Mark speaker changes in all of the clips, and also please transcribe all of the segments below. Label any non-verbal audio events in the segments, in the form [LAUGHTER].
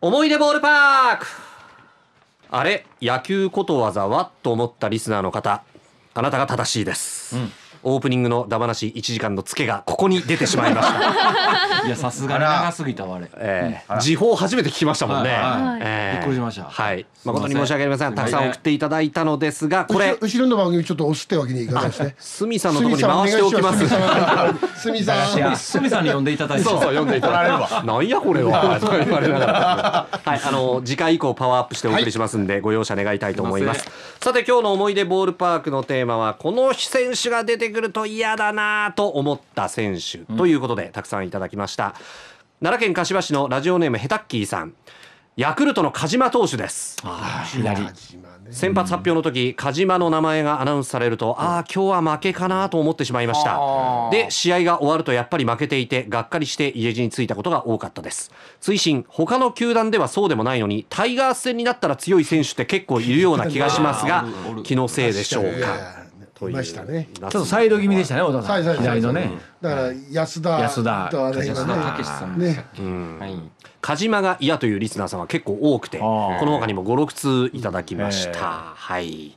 Speaker 1: 思い出ボールパークあれ野球ことわざはと思ったリスナーの方あなたが正しいです、オープニングのダマなし1時間のツケがここに出てしまいま
Speaker 2: [LAUGHS]
Speaker 1: した、
Speaker 2: いやさすがに
Speaker 3: あら
Speaker 2: 長すぎたわあれ。
Speaker 1: えー時報初めて聞きましたもんね、
Speaker 2: はいはい
Speaker 1: えー
Speaker 2: びっくりしました
Speaker 1: はい
Speaker 2: すいません
Speaker 1: 誠に申し訳ありませんたくさん送っていただいたのですがこれ
Speaker 4: 後後ろの番組ちょっと押すってわけにいかないですね
Speaker 1: 鷲見さんのところに回しておきます
Speaker 4: すみさん
Speaker 2: い
Speaker 4: お願
Speaker 2: や
Speaker 4: いし
Speaker 2: 鷲見さんに呼んでいただいて。
Speaker 1: そうそう読んでいただいてなんやこれはとか言われながら [LAUGHS] はいあの次回以降パワーアップしてお送りしますんで、ご容赦願いたいと思います
Speaker 2: すいま
Speaker 1: さて今日の思い出ボールパークのテーマはこの選手が出てくると嫌だなと思った選手、ということでたくさんいただきました奈良県柏市のラジオネームヘタッキーさんヤクルトの鹿島投手です
Speaker 2: あー
Speaker 4: ます
Speaker 2: 左。
Speaker 4: 島ね
Speaker 1: 先発発表の時鹿島の名前がアナウンスされるとああ今日は負けかなと思ってしまいました
Speaker 2: あー
Speaker 1: で試合が終わるとやっぱり負けていてがっかりして家路に着いたことが多かったです追伸他の球団ではそうでもないのにタイガース戦になったら強い選手って結構いるような気がしますが
Speaker 2: あーおるおる
Speaker 1: 気のせいでしょう
Speaker 4: い
Speaker 1: か
Speaker 4: や
Speaker 1: と
Speaker 4: いましたね
Speaker 1: ちょっ
Speaker 3: ちょっとサイド気味でしたね、小田
Speaker 4: は
Speaker 3: さ
Speaker 4: いはい
Speaker 3: ん。左のね。
Speaker 4: だから安田
Speaker 3: 安田
Speaker 4: とあれ
Speaker 3: 安
Speaker 2: 安
Speaker 3: 田
Speaker 2: 田
Speaker 4: が
Speaker 2: 武さん。
Speaker 4: ねね
Speaker 2: はい。
Speaker 1: 鹿島が嫌というリスナーさんは結構多くて
Speaker 3: あ
Speaker 1: こ
Speaker 3: ー
Speaker 1: の他にも56通いただきまし
Speaker 3: へ
Speaker 1: たはい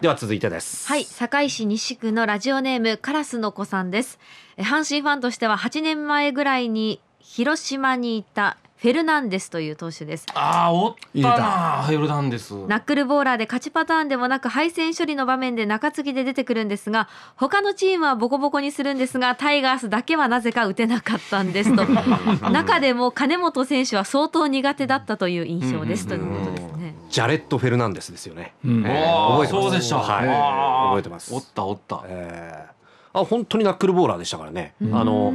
Speaker 1: では続いてです
Speaker 5: はい、堺市西区のラジオネームカラスの子さんです。え阪神ファンとしては8年前ぐらいに広島にいたフェルナンデスという投手です。
Speaker 2: ああおっ
Speaker 3: 入
Speaker 2: た
Speaker 3: れ
Speaker 2: なー。ヨルダンです。
Speaker 5: ナックルボーラーで勝ちパターンでもなく敗戦処理の場面で中継ぎで出てくるんですが他のチームはボコボコにするんですがタイガースだけはなぜか打てなかったんですと [LAUGHS] 中でも金本選手は相当苦手だったという印象ですということですね。
Speaker 1: ジャレット・フェルナンデスですよね、
Speaker 3: うん
Speaker 1: えー覚
Speaker 2: ああ
Speaker 1: えてます
Speaker 2: そうでした。
Speaker 1: はい
Speaker 2: あー
Speaker 1: 覚えてます
Speaker 2: おったおった。
Speaker 1: えーあ本当にナックルボーラーでしたからね、あの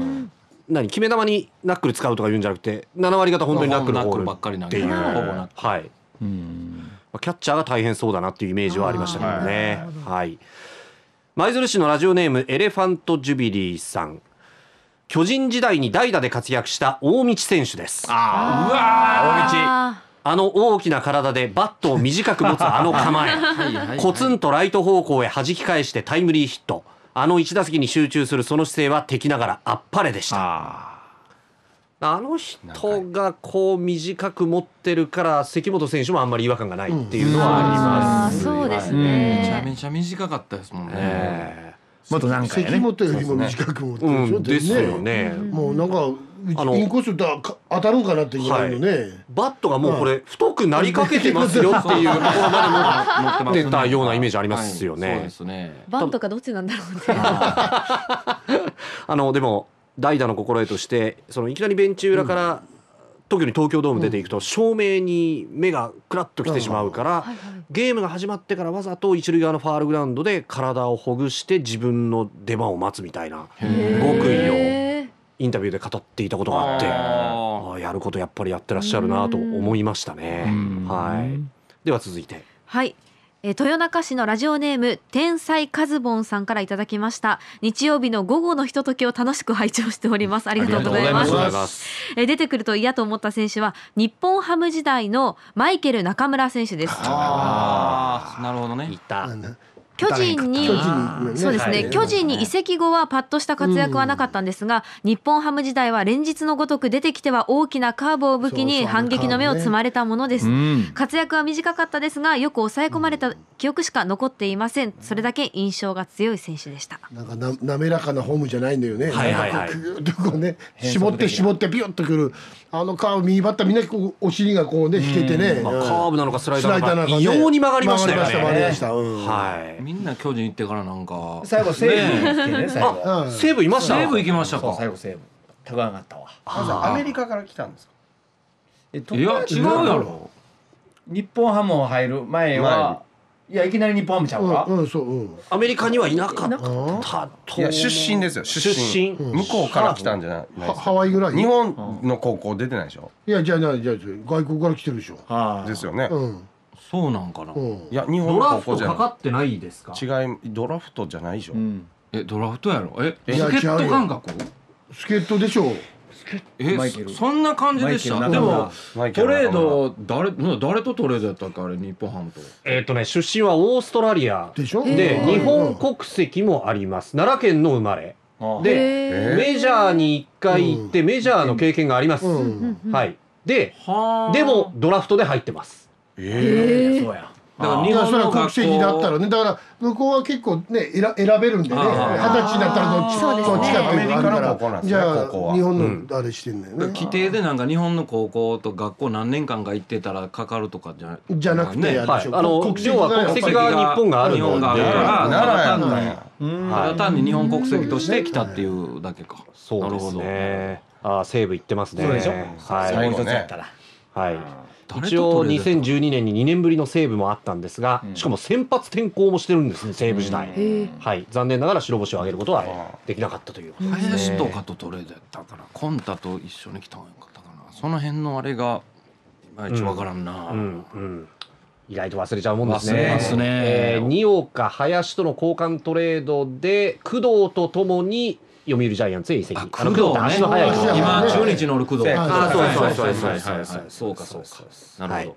Speaker 1: 何決め球にナックル使うとか言うんじゃなくて7割方本当にナックルボ
Speaker 2: ナックルばっか
Speaker 1: ー
Speaker 2: り
Speaker 1: ル
Speaker 2: な
Speaker 1: っ
Speaker 2: ん
Speaker 1: て
Speaker 2: で
Speaker 1: いう、
Speaker 2: ほぼナック
Speaker 1: はい、
Speaker 3: うん
Speaker 1: まあキャッチャーが大変そうだなっていうイメージはありましたけどね
Speaker 5: あー。
Speaker 1: はい。舞鶴市のラジオネームエレファントジュビリーさん。巨人時代に代打で活躍した大道選手です。あ
Speaker 2: あうわー
Speaker 5: あ
Speaker 1: の大きな体でバットを短く持つあの構え。
Speaker 2: はいはいはい
Speaker 1: コツンとライト方向へ弾き返してタイムリーヒット。あの1打席に集中するその姿勢は敵ながらあっぱれでした。
Speaker 3: あ
Speaker 1: あの人がこう短く持ってるから関本選手もあんまり違和感がないっていうのはありま
Speaker 5: あー
Speaker 1: す。
Speaker 5: そうです
Speaker 2: めちゃ
Speaker 5: ね。
Speaker 2: めちゃ短かったですもんね。
Speaker 1: え
Speaker 3: もっとなんかや
Speaker 4: 関
Speaker 3: ね。
Speaker 4: 本よりも短く持って
Speaker 1: えう
Speaker 4: る
Speaker 1: ん、
Speaker 4: で
Speaker 1: で
Speaker 4: し
Speaker 1: す
Speaker 4: ょ
Speaker 1: よね。
Speaker 4: もうなんか
Speaker 1: あの
Speaker 4: インコースだか当たるんかなって言われるのね
Speaker 1: バットがもうこれ太くなりかけてますよっていうところま
Speaker 2: 持
Speaker 1: 持ってたようなイメージありますよね
Speaker 2: はいそうですね。
Speaker 5: バンとかどっちなんだろうね。
Speaker 1: でもあのでも代打の心得としてそのいきなりベンチ裏から、特に東京ドーム出ていくと照明に目がクラッときてしまうから
Speaker 5: いはい
Speaker 1: ゲームが始まってからわざと一塁側のファールグラウンドで体をほぐして自分の出番を待つみたいな極意を
Speaker 5: へー
Speaker 1: インタビューで語っていたことがあって
Speaker 2: あ
Speaker 1: ああやることやっぱりやってらっしゃるなと思いましたね
Speaker 3: うん。
Speaker 1: はい、では続いて
Speaker 5: はい。えー豊中市のラジオネーム天才カズボンさんからいただきました日曜日の午後のひとときを楽しく拝聴しておりますありがとうござい
Speaker 1: ありが
Speaker 5: ます
Speaker 1: とうございます
Speaker 5: えー出てくると嫌と思った選手は日本ハム時代のマイケル中村選手です
Speaker 2: あーなるほどね
Speaker 1: い。た
Speaker 4: あの
Speaker 5: 巨人に
Speaker 4: 巨人に
Speaker 5: そうですね、
Speaker 4: はい
Speaker 5: 巨人に移籍後はパッとした活躍はなかったんですが、日本ハム時代は連日のごとく出てきては大きなカーブを武器
Speaker 4: そう
Speaker 5: に
Speaker 4: そう
Speaker 5: 反撃の目をつまれたものです、
Speaker 3: うん。
Speaker 5: 活躍は短かったですがよく抑え込まれた記憶しか残っていませんそれだけ印象が強い選手でした
Speaker 4: なんかな滑らかなフォームじゃないんだよね。
Speaker 1: はいはいはい
Speaker 4: なんかこうギュッとこうね、絞って絞ってピュッとくる。あのカーブ右バッターみんなこうお尻がこうね引けてね。
Speaker 1: まあ、
Speaker 4: うん
Speaker 1: カーブなのかスライダーなのか
Speaker 4: スライダーなの
Speaker 1: 異
Speaker 4: かね
Speaker 1: 様に曲がりましたよね。
Speaker 4: 曲がりました曲がりました。
Speaker 1: はい。
Speaker 2: みんな巨人行ってからなんか。
Speaker 3: 最後セーブね。最後
Speaker 4: うん。うん。
Speaker 1: 西武いました。
Speaker 2: 西武行きました
Speaker 3: そう
Speaker 2: か。
Speaker 3: 最後セーブ。高上がったわ。
Speaker 1: あー
Speaker 3: アメリカから来たんですか。え
Speaker 2: いや違うや。ろ。
Speaker 3: 日本ハムを入る前は、いやいきなり日本ハムちゃうか。
Speaker 4: うんうんそううん。
Speaker 1: アメリカにはいなかったと思う。
Speaker 6: いや出身ですよ出
Speaker 1: 出
Speaker 6: 身
Speaker 1: 身。
Speaker 6: 向こうから来たんじゃないない
Speaker 4: は
Speaker 6: です
Speaker 4: ハワイぐらい。
Speaker 6: 日本の高校出てないでしょ
Speaker 4: いやじゃあじゃあじゃあ外国から来てるでしょ。
Speaker 3: は
Speaker 6: ですよね
Speaker 4: うん
Speaker 2: そうなんかな
Speaker 4: う。ん
Speaker 6: い。や日本
Speaker 1: ド
Speaker 6: の
Speaker 1: ラ
Speaker 6: 高
Speaker 1: フ
Speaker 6: 校
Speaker 1: ト
Speaker 6: じゃ
Speaker 1: か
Speaker 6: な
Speaker 1: かってないですか。
Speaker 6: い違いドラフトじゃないでしょ
Speaker 3: うん。
Speaker 2: えドラフトやろ。え
Speaker 4: いや
Speaker 2: 助っ
Speaker 4: 違う
Speaker 2: 人
Speaker 4: よ
Speaker 2: 感覚？
Speaker 4: 助っ人でしょう。
Speaker 2: え
Speaker 3: マイケル
Speaker 2: そそんな感じでし
Speaker 3: マ
Speaker 2: た。
Speaker 3: イケ
Speaker 2: で
Speaker 3: ル中村
Speaker 2: も
Speaker 6: マイケ
Speaker 2: ト
Speaker 6: ル中
Speaker 2: レー
Speaker 6: 村
Speaker 2: ド誰な誰とトレードやったっけあれ日本ハムと。
Speaker 1: えっ、とね出身はオーストラリア
Speaker 4: でしょ。
Speaker 1: で
Speaker 4: うん
Speaker 1: 日本国籍もあります。奈良県の生まれ
Speaker 3: あー
Speaker 1: で
Speaker 5: へー
Speaker 6: え
Speaker 1: メジャーに一回行ってメジャーの経験があります。
Speaker 4: うん
Speaker 5: うんうん
Speaker 1: はい。で
Speaker 2: はあ
Speaker 1: でもドラフトで入ってます
Speaker 3: えそうや
Speaker 2: だから
Speaker 4: い
Speaker 2: 日
Speaker 4: や
Speaker 2: 本
Speaker 4: それ
Speaker 2: の
Speaker 4: は国
Speaker 2: 学校
Speaker 4: 籍だったらねだから向こうは結構ね選選べるんでね
Speaker 2: あ
Speaker 4: 二十
Speaker 2: ー
Speaker 4: 歳になったらどっち
Speaker 5: そうですね
Speaker 4: どっちかっていうのがある
Speaker 6: アメリカの高校なんで
Speaker 4: から
Speaker 6: すね
Speaker 4: じゃ
Speaker 6: 高校は
Speaker 4: あ日本のあれしてんだよね
Speaker 2: 規定でなんか日本の高校と学校何年間か行ってたらかかるとかじゃない
Speaker 4: じゃなくてやるで
Speaker 1: は
Speaker 4: し
Speaker 1: い
Speaker 4: ょ、
Speaker 1: あの
Speaker 4: 国籍
Speaker 1: 要は国籍が日本がある
Speaker 2: 日本が
Speaker 1: の
Speaker 2: ある
Speaker 1: で
Speaker 2: か
Speaker 6: あ
Speaker 2: ら
Speaker 6: 奈良や
Speaker 2: ただ単
Speaker 6: ったん
Speaker 2: に
Speaker 6: や
Speaker 2: ただ単に日本国籍として来たっていうだけか
Speaker 1: そうですねあー西武行ってますね
Speaker 3: そうでしょ
Speaker 1: はい
Speaker 6: 最後ね
Speaker 3: ら
Speaker 1: はい
Speaker 2: 誰
Speaker 1: 一
Speaker 2: と
Speaker 1: 応
Speaker 2: 取り入れた
Speaker 1: 2012年に2年ぶりの西武もあったんですが、
Speaker 3: うん
Speaker 1: しかも先発転向もしてるんですね西武時代、
Speaker 3: うん
Speaker 5: へえ
Speaker 1: はい、残念ながら白星を挙げることはできなかったということですね
Speaker 2: 林とかとトレードやったからコンタと一緒に来たんやったかなその辺のあれがいまいちわからんな、
Speaker 1: うんうん、意外と忘れちゃうもんですね。
Speaker 2: 忘れますね
Speaker 1: えー二岡林との交換トレードで工藤とともに読売ジャイアンツへ移籍。
Speaker 2: あ
Speaker 1: あの
Speaker 2: 工藤
Speaker 1: って足
Speaker 2: ね
Speaker 1: の速い子
Speaker 4: そう
Speaker 2: 今
Speaker 4: そう
Speaker 2: 中日のおる工藤
Speaker 6: そう
Speaker 1: あーそうそう
Speaker 2: はい
Speaker 1: そう
Speaker 2: はいはいはい
Speaker 1: そう
Speaker 2: そうかそうかなるほど、
Speaker 1: はい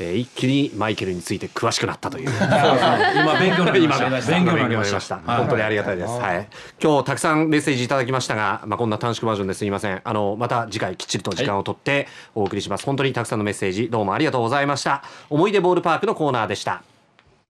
Speaker 1: えー一気にマイケルについて詳しくなったという。
Speaker 2: 今勉強になりまし
Speaker 1: 勉
Speaker 2: た勉
Speaker 1: 強
Speaker 2: 強
Speaker 1: に
Speaker 2: に
Speaker 1: な
Speaker 2: な
Speaker 1: り
Speaker 2: り
Speaker 1: ま
Speaker 2: ま
Speaker 1: し
Speaker 2: したた
Speaker 1: 本当にありがたいです。はい。今日たくさんメッセージいただきましたが、まあこんな短縮バージョンですいません。あのまた次回きっちりと時間を取ってお送りします。本当にたくさんのメッセージどうもありがとうございました。思い出ボールパークのコーナーでした。